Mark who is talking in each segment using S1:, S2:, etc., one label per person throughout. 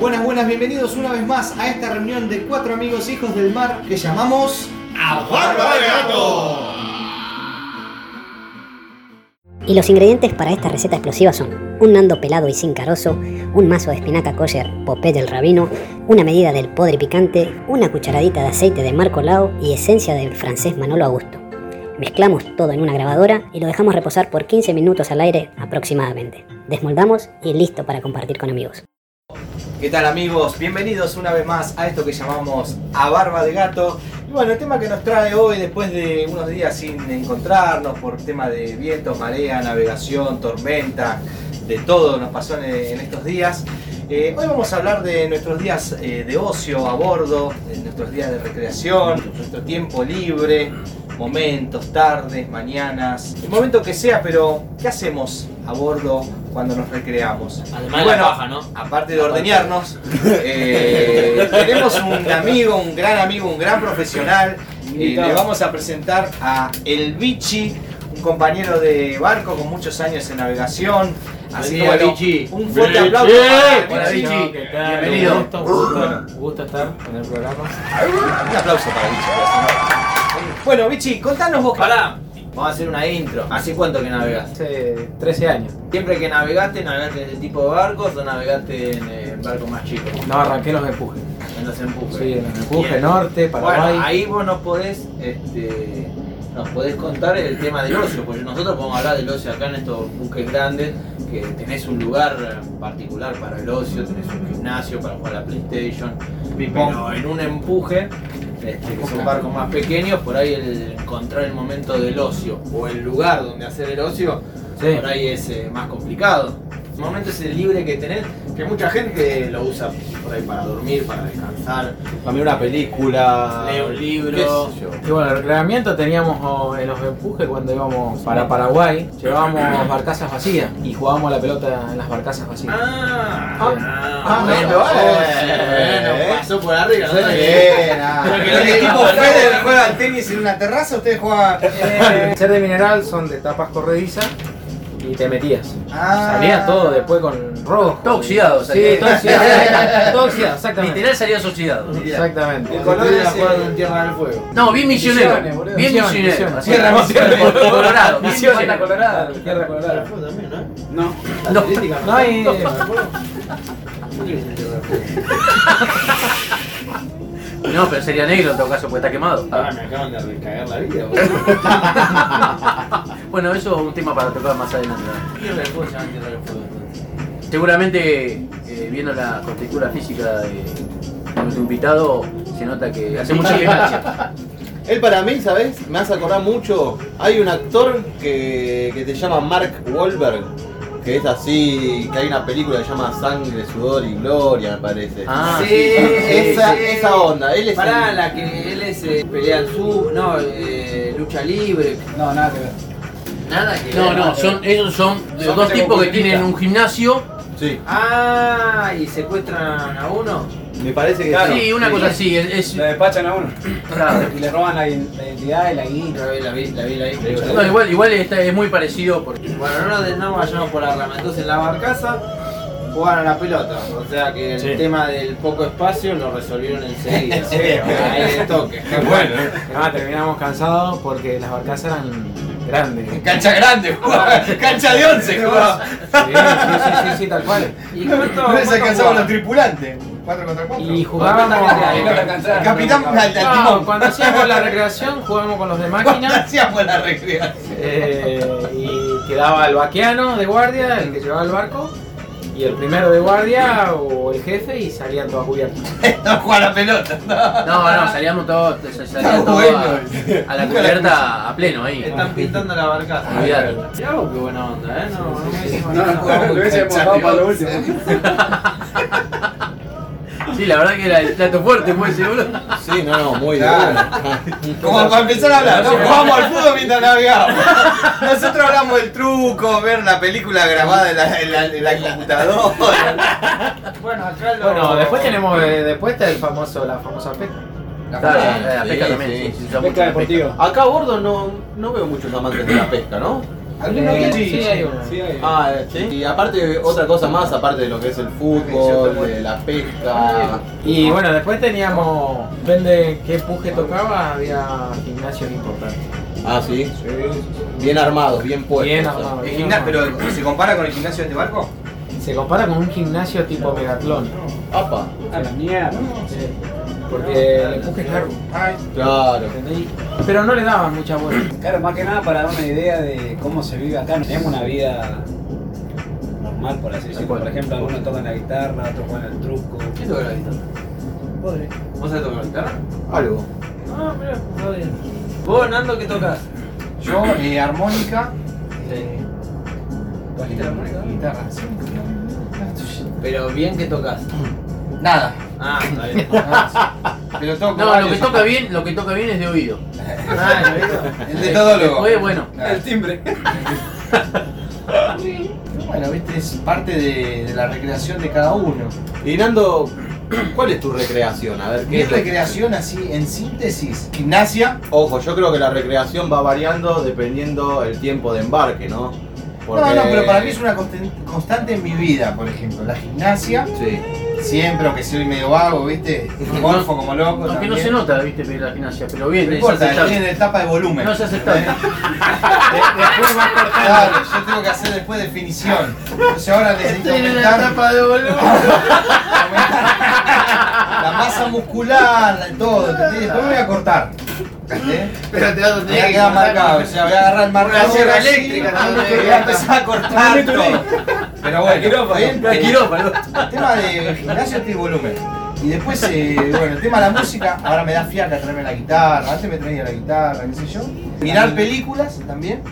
S1: Buenas, buenas, bienvenidos una vez más a esta reunión de cuatro amigos hijos del mar que llamamos
S2: ¡A Barba de Gato!
S3: Y los ingredientes para esta receta explosiva son un nando pelado y sin carozo, un mazo de espinaca kosher popé del rabino, una medida del podre picante, una cucharadita de aceite de Marco Lao y esencia del francés Manolo Augusto. Mezclamos todo en una grabadora y lo dejamos reposar por 15 minutos al aire aproximadamente. Desmoldamos y listo para compartir con amigos.
S1: ¿Qué tal amigos? Bienvenidos una vez más a esto que llamamos A Barba de Gato. Y bueno, el tema que nos trae hoy después de unos días sin encontrarnos por tema de vientos, marea, navegación, tormenta, de todo nos pasó en, en estos días. Eh, hoy vamos a hablar de nuestros días eh, de ocio a bordo, de nuestros días de recreación, nuestro tiempo libre, momentos, tardes, mañanas, el momento que sea, pero ¿qué hacemos a bordo cuando nos recreamos?
S4: Además de
S1: Bueno,
S4: la paja, ¿no?
S1: Aparte de ordeñarnos, eh, tenemos un amigo, un gran amigo, un gran profesional. Eh, le vamos a presentar a El Bichi, un compañero de barco con muchos años en navegación. Así que
S4: Bienvenido,
S1: bueno,
S4: Bichi.
S1: un fuerte
S4: Bichi.
S1: aplauso para
S4: Hola,
S1: el Bichi.
S4: Bichi. ¿Qué tal?
S1: Bienvenido.
S4: Un gusto, un gusto, un gusto estar en el programa.
S1: Un aplauso para Bichi. por favor. Bueno, Bichi, contanos vos.
S4: Pará,
S5: Vamos a hacer una intro. ¿Hace cuánto que navegas?
S4: hace 13 años.
S5: Siempre que navegaste, navegaste en este tipo de barcos o navegaste en eh, barcos más chicos,
S4: No, arranqué los empujes.
S5: en los empujes.
S4: Sí, en los empujes
S5: Bien.
S4: norte, Paraguay.
S5: Bueno, ahí vos nos podés, este, nos podés contar el tema del ocio, porque nosotros podemos hablar del ocio acá en estos buques grandes, que tenés un lugar particular para el ocio, tenés un gimnasio para jugar a la PlayStation, pero en un empuje, este, que son barcos más pequeños, por ahí el encontrar el momento del ocio o el lugar donde hacer el ocio,
S4: Sí.
S5: por ahí es eh, más complicado. El momento es el libre que tenés, que mucha gente lo usa por ahí para dormir, para descansar,
S2: Cambié una película.
S5: Leo un libro.
S4: Y bueno, el reglamento teníamos oh, en los empujes cuando íbamos para Paraguay, llevábamos barcazas vacías y jugábamos a la pelota en las barcazas vacías.
S5: Ah,
S4: ah,
S5: bueno,
S4: no.
S5: bueno,
S2: Eh.
S5: pasó por arriba. ¿no?
S2: Bien, ah.
S5: Pero que
S1: El
S5: le
S1: equipo
S5: diga,
S1: Federer juega al tenis en una terraza, ustedes juegan. Eh.
S4: El ser de mineral son de tapas corredizas y te metías.
S1: Ah.
S4: Salía todo después con rojo.
S6: Todo oxidado,
S4: Sí,
S6: salía.
S4: todo oxidado. todo oxidado, exactamente.
S6: Literal salía asociado.
S4: Exactamente.
S5: El color es jugando en Tierra del Fuego.
S6: No, bien misionero.
S4: Misiones, boludo.
S6: Bien
S4: Misiones,
S6: misionero.
S4: misiones.
S6: Así era.
S4: Misiones.
S6: Colorado. bien
S4: Misiones.
S6: banda colorada.
S4: Tierra colorada.
S5: también, ¿no?
S6: No.
S4: No hay.
S6: No, pero sería negro en todo caso, porque está quemado.
S5: Ah, me acaban de recagar la vida, boludo.
S6: Bueno, eso es un tema para tocar más adelante. ¿no?
S5: Tierra del Fuego se llama Tierra del Fuego. entonces.
S6: Seguramente, eh, viendo la contextura física de de nuestro invitado, se nota que hace mucha gimnasia.
S2: Él para mí, ¿sabes? Me hace acordar mucho. Hay un actor que, que se llama Mark Wahlberg, que es así, que hay una película que se llama Sangre, Sudor y Gloria, me parece.
S6: Ah,
S5: Sí,
S6: sí. sí,
S2: esa,
S5: sí.
S2: esa onda, él es
S5: Pará,
S2: el-
S5: la que él es eh, pelea al sur, no, eh, lucha libre.
S1: No, nada que ver.
S5: Nada que
S6: No,
S5: ver,
S6: no,
S5: nada que
S6: son,
S5: ver.
S6: ellos son,
S1: Son
S6: dos tipos que
S1: culturistas.
S6: tienen un gimnasio.
S2: Sí,
S5: Ah, y secuestran a uno.
S2: me parece que sí.
S6: sí, una cosa así. Es,
S7: Lo
S6: es-
S7: despachan a uno
S6: claro.
S7: y le roban la, ident- la identidad y la guita.
S5: La vi, la vi, la vi, la vi.
S6: No, igual, igual está- es muy parecido porque
S5: Bueno, no, nos- no vayamos por la rama. Entonces, la barcaza jugaron a la pelota. O sea que el tema del poco espacio lo resolvieron enseguida.
S7: Sí,
S5: Ahí de toque.
S1: eh.
S4: Ah, terminamos cansados porque las barcazas eran grandes. Sí,
S1: Cancha grande, jugaba. Cancha de once, jugaba.
S4: sí, sí, sí, sí, tal cual.
S5: ¿Y cuánto-
S1: No les
S5: cuánto
S1: alcanzaban los
S5: jugaron?
S1: tripulantes. 4 contra 4.
S4: Y
S5: Ahí no
S4: jugábamos.
S5: te
S1: El capitán al, al
S4: No,
S1: timón.
S4: cuando hacíamos la recreación jugábamos con los de máquina
S1: Hacíamos la recreación.
S4: eh, y quedaba el vaqueano de guardia, el que llevaba el barco, y el primero de guardia o el jefe y salían todos cubiertos.
S1: No juega la pelota.
S6: No, no, salíamos todos, se- salía
S1: Está
S6: todo
S1: bueno.
S6: a, a la cubierta a pleno ahí.
S5: Están pintando la barcaza.
S6: Olvidate.
S5: Mirá vos qué buena onda, ¿eh? No, no me hicimos
S7: No,
S5: nada.
S7: no, lo hubiésemos dado para lo último.
S6: Sí, la verdad que era el plato fuerte, pues, puede ser, boludo.
S2: Sí, no, no, muy
S1: Claro.
S2: bien.
S1: Como para empezar a hablar, ¿no? Jugamos al fútbol mientras navegamos. Nosotros hablamos del truco, ver la película grabada en la, en la- en la computadora.
S5: Bueno, acá lo...
S4: Bueno, después tenemos, eh, después está el famoso, la famosa pesca.
S6: La, la- la
S2: Sí,
S6: pesca
S2: sí.
S6: también, eh, sí, sí, usa mucho
S7: Mezcla
S6: la pesca.
S7: deportiva.
S2: Acá a bordo no, no veo muchos amantes de la pesca, ¿no?
S1: ¿Alguno
S4: Eh,
S1: que
S4: sí,
S1: sí,
S4: hay uno.
S1: sí, hay uno.
S2: Ah, ¿sí? Y aparte, otra cosa más, aparte de lo que es el fútbol, de la pesca.
S4: Y bueno, después teníamos, depende qué puje tocaba, había gimnasios importantes.
S2: Ah, sí. Bien armados, bien puestos.
S4: Bien
S2: ¿eh?
S4: armados.
S1: El gimna- ¿Pero se compara con el gimnasio de este barco?
S4: Se compara con un gimnasio tipo Megatlón,
S2: Apa,
S7: A la mierda.
S4: porque el empuje es largo,
S2: claro.
S4: ¿entendés? Pero no le daban mucha vuelta.
S7: Claro, más que nada para dar una idea de cómo se vive acá. Tenemos una vida normal, por así decirlo.
S6: cual.
S7: Por ejemplo, algunos tocan la guitarra, otros juegan el truco.
S5: ¿Qué toca la guitarra?
S7: Podre.
S5: ¿Vos sabés tocar la guitarra?
S2: Algo.
S5: No, mira, está bien. ¿Vos, Nando, qué tocas?
S1: Yo, eh, armónica. eh,
S5: ¿Cogiste la armónica?
S1: Guitarra. sí.
S5: Pero bien, ¿qué tocas?
S1: Nada.
S5: Ah, está bien.
S1: Pero toco
S6: No, lo
S1: varios.
S6: que toca bien, lo que toca bien es de oído.
S7: Ah,
S1: El de todo lo.
S6: Este, Después, bueno.
S1: El timbre. bueno, viste, es parte de, de la recreación de cada uno.
S2: Y Nando, ¿cuál es tu recreación? A ver, ¿qué
S1: Mi
S2: es lo-
S1: recreación así, en síntesis, gimnasia.
S2: Ojo, yo creo que la recreación va variando dependiendo el tiempo de embarque, ¿no?
S1: No, no, pero para mí es una consten- constante en mi vida, por ejemplo. La gimnasia,
S2: Sí.
S1: siempre, aunque soy medio vago, viste, golfo como loco.
S6: Aunque no
S1: también.
S6: se nota, viste, pero la gimnasia, pero bien,
S1: No
S6: es
S1: importa,
S6: aceptable.
S1: tiene etapa de volumen.
S6: No es aceptable.
S1: De- después va cortando. yo tengo que hacer después definición. Entonces ahora necesito aumentar,
S6: Este de volumen.
S1: aumentar la masa muscular, la- todo. ¿entendés? Después me voy a cortar. ¿entendés?
S6: Pero te vas a
S1: Me voy a quedar marcado. O sea, voy a agarrar el marcador.
S6: Una sierra
S1: así,
S6: eléctrica, ¿no?
S1: y voy a empezar a cortar todo. Pero bueno, bien,
S6: De quirófano.
S1: el tema de gimnasio tiene volumen. Y después, eh, bueno, el tema de la música, ahora me da fiaca traerme la guitarra, antes me traía la guitarra, qué sé yo. Mirar películas también.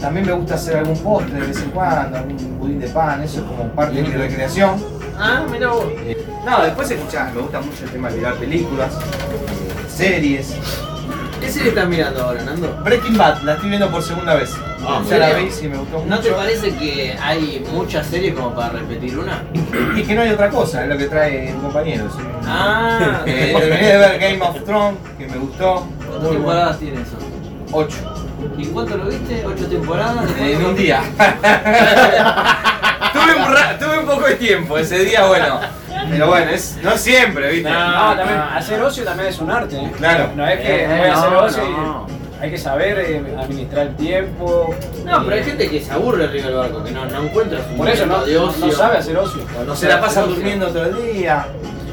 S1: También me gusta hacer algún postre de vez en cuando, algún budín de pan, eso es como parte de mi recreación. Eh,
S5: Ah, mira vos.
S1: No, después escuchás, me gusta mucho el tema de mirar películas, eh, series.
S5: ¿Qué serie estás mirando ahora, Nando?
S1: Breaking Bad, la estoy viendo por segunda vez.
S2: Ah,
S1: ya la
S5: mira.
S1: vi, sí, me gustó mucho.
S5: ¿No te parece que hay muchas series como para repetir una?
S1: Y que no hay otra cosa, es lo que trae el compañero. sí.
S5: Ah,
S1: Eh, terminé de ver Game of Thrones, que me gustó.
S5: ¿cuántas
S1: Muy bueno.
S5: temporadas tiene eso?
S1: Ocho.
S5: ¿Y cuánto lo viste? ¿Ocho temporadas? ¿De
S1: En
S5: cuánto?
S1: un día. tuve, un ra- tuve un poco de tiempo ese día, bueno. Pero bueno, es, no siempre, ¿viste?
S7: Ah, también, hacer ocio también es un arte, ¿eh?
S1: Claro.
S7: No es que
S6: Eh,
S7: voy a hacer
S6: no,
S7: ocio
S6: no.
S7: y hay que saber eh, administrar el tiempo.
S5: No, pero hay
S7: Eh,
S5: gente que se aburre arriba del barco, que no, no encuentra su
S7: Por eso no,
S5: momento de
S7: no,
S5: ocio.
S7: sabe hacer ocio.
S1: No se la pasa durmiendo todo el día.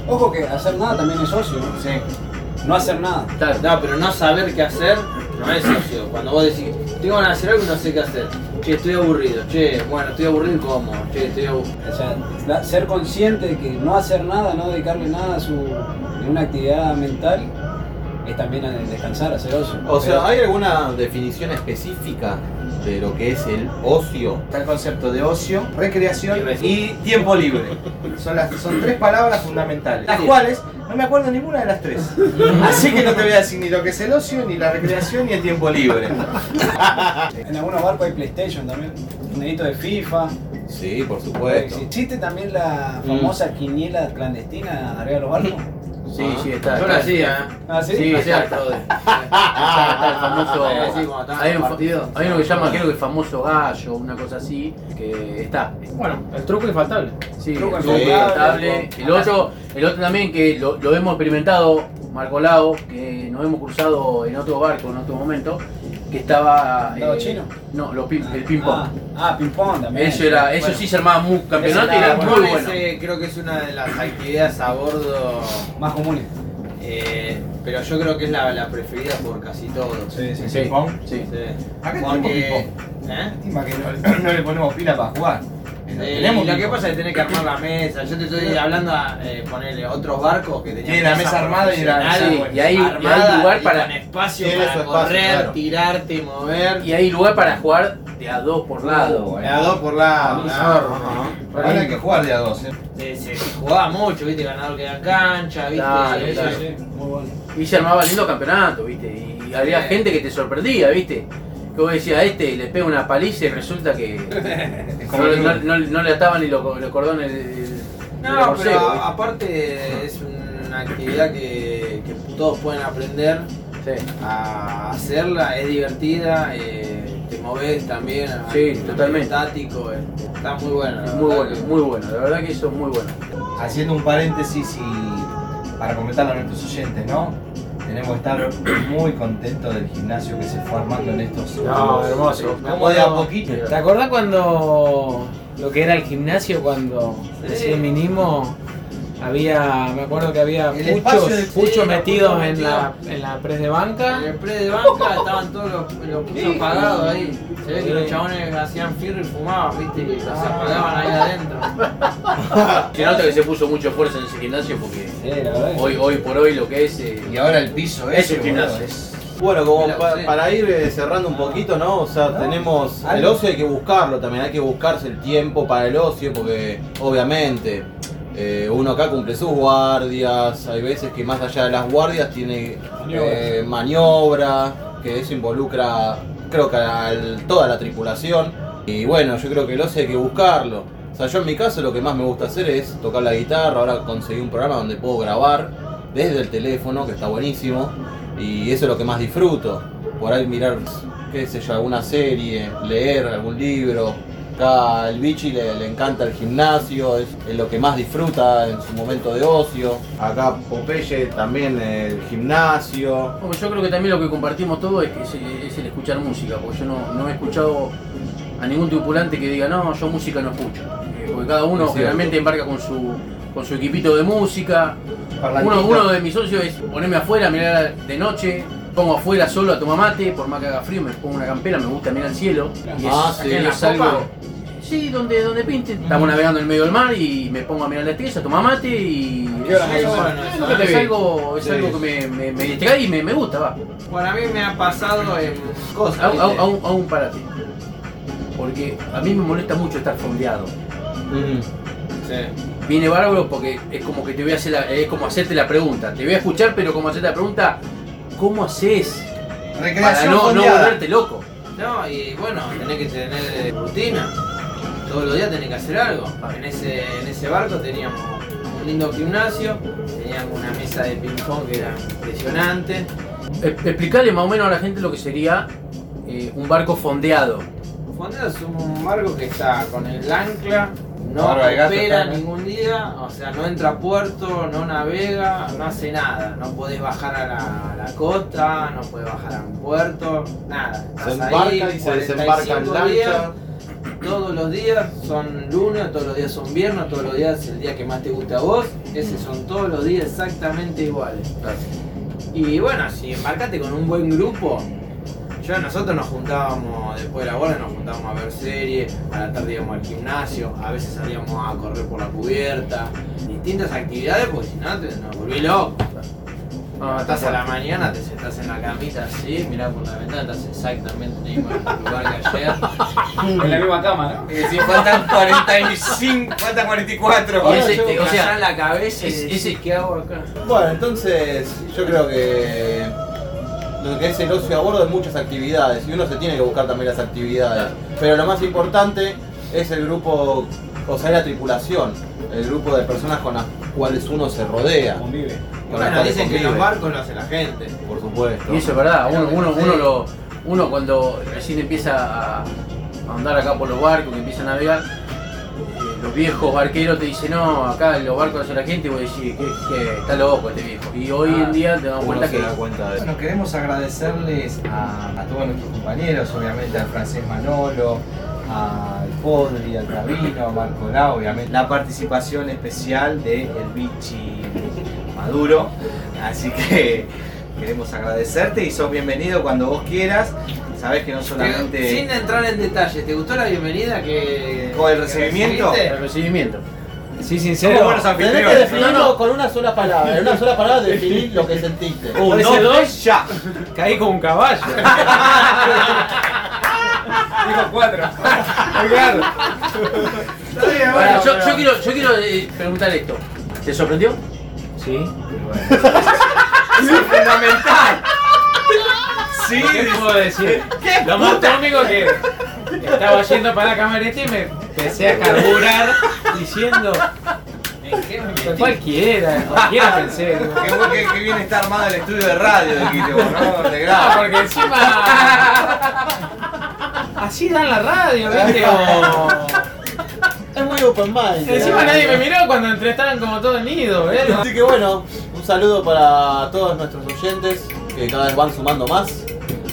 S7: Ojo que hacer nada también es ocio. ¿no?
S1: Sí.
S7: No hacer nada.
S6: Claro.
S5: No, pero no saber qué hacer no es ocio. Cuando vos decís, tengo ganas de hacer algo y no sé qué hacer. Che, estoy aburrido. Che, bueno, estoy aburrido y como. Che, estoy aburrido.
S7: O sea, la- ser consciente de que no hacer nada, no dedicarle nada a su de una actividad mental es también a- descansar, hacer ocio.
S2: O sea,
S7: Pero-
S2: ¿hay alguna definición específica de lo que es el ocio?
S1: Está el concepto de ocio, recreación y tiempo libre. Son, las, son tres palabras fundamentales, las cuales no me acuerdo ninguna de las tres. Así que no te voy a decir ni lo que es el ocio, ni la recreación, ni el tiempo libre.
S7: en algunos barcos hay PlayStation también, un edito de FIFA.
S2: Sí, por supuesto.
S7: Existe también la
S6: Mm.
S7: famosa quiniela clandestina arriba de los barcos.
S6: Sí,
S1: Ah.
S6: sí, está.
S5: Yo lo
S6: está.
S5: hacía, ¿eh?
S7: ¿Ah,
S6: Sí, sí, está, está, está, está el
S5: Ah, sí,
S6: famoso.
S5: cuando estaba
S6: Hay, un fa-
S5: partido.
S6: hay uno que se llama, creo que famoso gallo, una cosa así, que está.
S4: Bueno, el truco infaltable.
S6: Sí,
S7: Truco
S6: es
S7: infaltable.
S6: infaltable. El otro, el otro también que lo, lo hemos experimentado, Marco Lao, que nos hemos cruzado en otro barco en otro momento, que estaba. eh,
S7: ¿Lado chino?
S6: No, los pin- el ping pong.
S7: Ah, ah, ping pong también.
S6: Eso era, eso sí se armaba muy campeonato y
S5: Ese
S6: era
S5: era-
S6: muy bueno.
S5: ese creo que es una de las actividades a bordo,
S7: Más comunes.
S5: eh, pero yo creo que es la, la preferida por casi todos.
S7: Sí, sí.
S6: Sí,
S1: pong?
S6: sí.
S5: Sí.
S1: Acá
S5: Porque,
S1: tenemos
S5: ¿eh?
S1: Lástima que no, no le ponemos pila para jugar. Pero
S5: Eh,
S1: tenemos
S5: y lo
S1: ping
S5: que
S1: pong.
S5: pasa es que tenés que armar la mesa. Yo te estoy hablando a eh, ponerle otros barcos que tenían
S1: Tiene la mesa armada y la-
S5: profesional,
S1: sí,
S6: y hay- y hay
S5: armada,
S6: lugar
S5: y
S6: para-
S5: con espacio
S2: Tiene
S5: para
S2: su espacio,
S5: correr,
S2: claro.
S5: tirarte, mover.
S6: Y hay lugar para jugar de a dos por
S5: Uh,
S6: lado. eh.
S1: A dos por lado. Ahora hay que jugar de a dos. ¿eh?
S5: Se, se- se jugaba mucho, viste, ganador queda en cancha, viste.
S6: Claro,
S5: Eh,
S6: claro.
S5: eh,
S7: Muy bueno.
S6: Y se armaba lindo campeonato, viste. Y había
S5: Sí.
S6: gente que te sorprendía, viste. Que vos decías, este le pega una paliza y resulta que
S1: Es como
S6: no,
S1: el-
S6: no- no- no le ataban ni los, co- los cordones del- del- del
S5: No,
S6: corseo,
S5: pero
S6: ¿viste?
S5: aparte es una actividad que, que todos pueden aprender
S6: Sí.
S5: a hacerla, es divertida, eh, te moves también. ah,
S6: Sí,
S5: también
S6: totalmente.
S5: Estático, eh, está muy bueno. la
S6: Es muy
S5: verdad
S6: bueno,
S5: que-
S6: muy bueno, la verdad que eso es muy bueno.
S1: Haciendo un paréntesis y para comentarlo a nuestros oyentes, ¿no? Tenemos que estar muy contentos del gimnasio que se fue armando en estos
S4: No, hermoso.
S1: Como de a poquito.
S4: ¿Te acordás cuando lo que era el gimnasio cuando recién vinimos? Había, me acuerdo que había
S1: El espacio
S4: muchos,
S1: de-
S4: muchos
S5: sí,
S4: metidos
S5: los
S4: en la, en la press de banca.
S5: En el pre de banca estaban todos los, los pisos apagados ahí. Se ve que los chabones hacían firro y fumaban, viste, y los
S6: Ah.
S5: apagaban ahí adentro.
S6: Se nota que se puso mucho esfuerzo en ese gimnasio porque
S7: Eh, la verdad.
S6: hoy, hoy por hoy lo que es eh,
S1: Y ahora el piso
S6: es
S1: ese,
S6: un gimnasio.
S1: boludo, es-
S6: es-
S2: Bueno, como
S5: Mira,
S2: pa-
S5: sí.
S2: para ir eh, cerrando un poquito, ¿no? O sea, tenemos. El ocio hay que buscarlo también, hay que buscarse el tiempo para el ocio, porque obviamente eh, uno acá cumple sus guardias, hay veces que más allá de las guardias tiene eh, maniobra, que eso involucra, creo que a toda la tripulación. Y bueno, yo creo que el ocio hay que buscarlo. O sea, yo en mi caso lo que más me gusta hacer es tocar la guitarra, ahora conseguí un programa donde puedo grabar desde el teléfono, que está buenísimo, y eso es lo que más disfruto. Por ahí mirar, qué sé yo, alguna serie, leer algún libro. Acá al bichi le, le encanta el gimnasio, es, es lo que más disfruta en su momento de ocio. Acá Popeye también el gimnasio.
S6: Bueno, yo creo que también lo que compartimos todo es, que es, el, es el escuchar música, porque yo no, no he escuchado a ningún tripulante que diga, no, yo música no escucho. Eh, Porque cada uno
S2: Es cierto.
S6: generalmente embarca con su, con su equipito de música. Uno,
S1: Parlantito.
S6: uno de mis socios es ponerme afuera, mirar de noche, pongo afuera solo a tomar mate, por más que haga frío, me pongo una campera, me gusta mirar el cielo. Y es,
S2: Ah, sí.
S6: y es algo. Sí, donde, donde pinte. Estamos navegando en el medio del mar y me pongo a mirar la estrella, tomar mate y.
S7: ¿Qué horas
S6: es,
S7: más o
S5: menos?
S6: es lo que- es algo, es algo que me, me, me distrae y me, me gusta, va.
S5: Bueno, a mí me ha pasado en cosas.
S6: Aún,
S5: ¿viste?
S6: aún, aún, aún párate. Porque a mí me molesta mucho estar fondeado.
S5: Sí.
S6: Viene bárbaro porque es como que te voy a hacer la- es como hacerte la pregunta. Te voy a escuchar, pero como hacerte la pregunta, ¿cómo haces para
S1: Recreación
S6: no, no
S1: fondeada.
S6: volverte loco?
S5: No, y bueno, tenés que tener eh, rutina. Todos los días tenés que hacer algo. En ese, en ese barco teníamos un lindo gimnasio, teníamos una mesa de ping-pong que era impresionante.
S6: E- Explicarle más o menos a la gente lo que sería eh, un barco fondeado.
S5: Fondeo es un barco que está con el ancla, no
S1: Barba de gato
S5: opera
S1: está, ¿no?
S5: ningún día, o sea, no entra a puerto, no navega, no hace nada. No podés bajar a la, a la costa, no podés bajar a un puerto, nada.
S2: Se
S5: Estás
S2: embarca
S5: ahí
S2: y se desembarca en
S5: 45 días,
S2: lancha.
S5: Todos los días son lunes, todos los días son viernes, todos los días es el día que más te gusta a vos. Esos son todos los días exactamente iguales. Y bueno, si embarcaste con un buen grupo, yo nosotros nos juntábamos después de la bola, nos juntábamos a ver series, a la tarde íbamos al gimnasio, a veces salíamos a correr por la cubierta, distintas actividades, porque si no te nos volví loco.
S6: Ah,
S5: Estás a la mañana, te sentás en la camita así, mirás por la ventana, estás exactamente en el mismo lugar que ayer.
S7: En la misma cama, ¿no?
S1: Eh, sí, faltan 45, faltan 44.
S6: Y ese-
S5: Yo
S6: eh, o sea,
S5: callá en la cabeza y
S6: es-
S5: decís,
S6: ese-
S5: ¿qué hago acá?
S2: Bueno, entonces yo creo que lo que es el ocio a bordo es muchas actividades y uno se tiene que buscar también las actividades. Pero lo más importante es el grupo, o sea, la tripulación, el grupo de personas con las cuales uno se rodea. con
S7: Convive.
S2: las
S5: Bueno,
S2: cuales
S5: dicen que los
S2: convive,
S5: barcos lo hace la gente.
S2: Por supuesto.
S6: Y eso es verdad, uno, uno,
S5: Sí.
S6: uno, lo, uno cuando recién empieza a a andar acá por los barcos, que empieza a navegar, eh, los viejos barqueros te dicen, no, acá los barcos son la gente, y vos decís, que, está loco este viejo. Y hoy
S5: Ah,
S6: en día te das
S2: Uno
S6: cuenta
S2: se
S6: que...
S2: da cuenta de eso.
S1: Bueno, queremos agradecerles a, a todos nuestros compañeros, obviamente al francés Manolo, al Podri, al Rabino, a Marco Lau, obviamente la participación especial de El Bichi Maduro. Así que queremos agradecerte y sos bienvenido cuando vos quieras. Sabés que no
S5: Te- Sin
S1: solamente
S5: entrar en detalle, ¿te gustó la bienvenida que.
S1: ¿Con el
S5: que
S1: recibimiento?
S5: recibiste?
S6: El recibimiento.
S4: Sí,
S1: somos
S4: sincero.
S1: buenos
S2: Tenés que
S1: anfitriones.
S2: definirlo con una sola palabra. En una sola palabra definir lo que sentiste.
S1: Un, dos, tres, ya.
S4: Caí como un caballo.
S7: Digo cuatro.
S6: Ahora, yo, yo quiero, yo quiero eh, preguntar esto. ¿Te sorprendió?
S4: Sí.
S1: Fundamental. Sí,
S4: ¿Qué te puedo decir? Lo más cómico que estaba yendo para la camareta y me empecé a carburar diciendo
S5: ¿En qué me metí?
S4: cualquiera, cualquiera pensé. digo.
S1: Qué, bu- qué- qué bien está armado el estudio de radio de Quito, ¿no? De
S4: Ah,
S1: grado.
S4: porque encima Así dan la radio, ¿viste? O-
S2: Es muy open mind.
S4: Encima
S2: ¿eh?
S4: nadie me miró cuando entré, estaban como todo el nido, ¿eh?
S2: Así que bueno, un saludo para todos nuestros oyentes que cada vez van sumando más.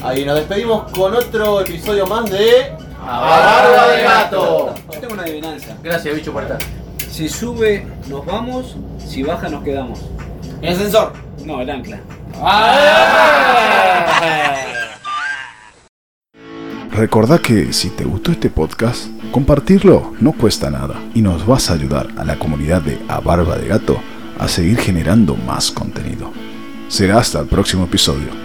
S2: Ahí nos despedimos con otro episodio más de
S6: A
S2: Barba de Gato.
S7: Tengo una adivinanza.
S6: Gracias, bicho, por estar.
S7: Si sube, nos vamos. Si baja, nos quedamos.
S5: El ascensor.
S7: No, el ancla.
S8: Recordá que si te gustó este podcast, compartirlo no cuesta nada y nos vas a ayudar a la comunidad de A Barba de Gato a seguir generando más contenido. Será hasta el próximo episodio.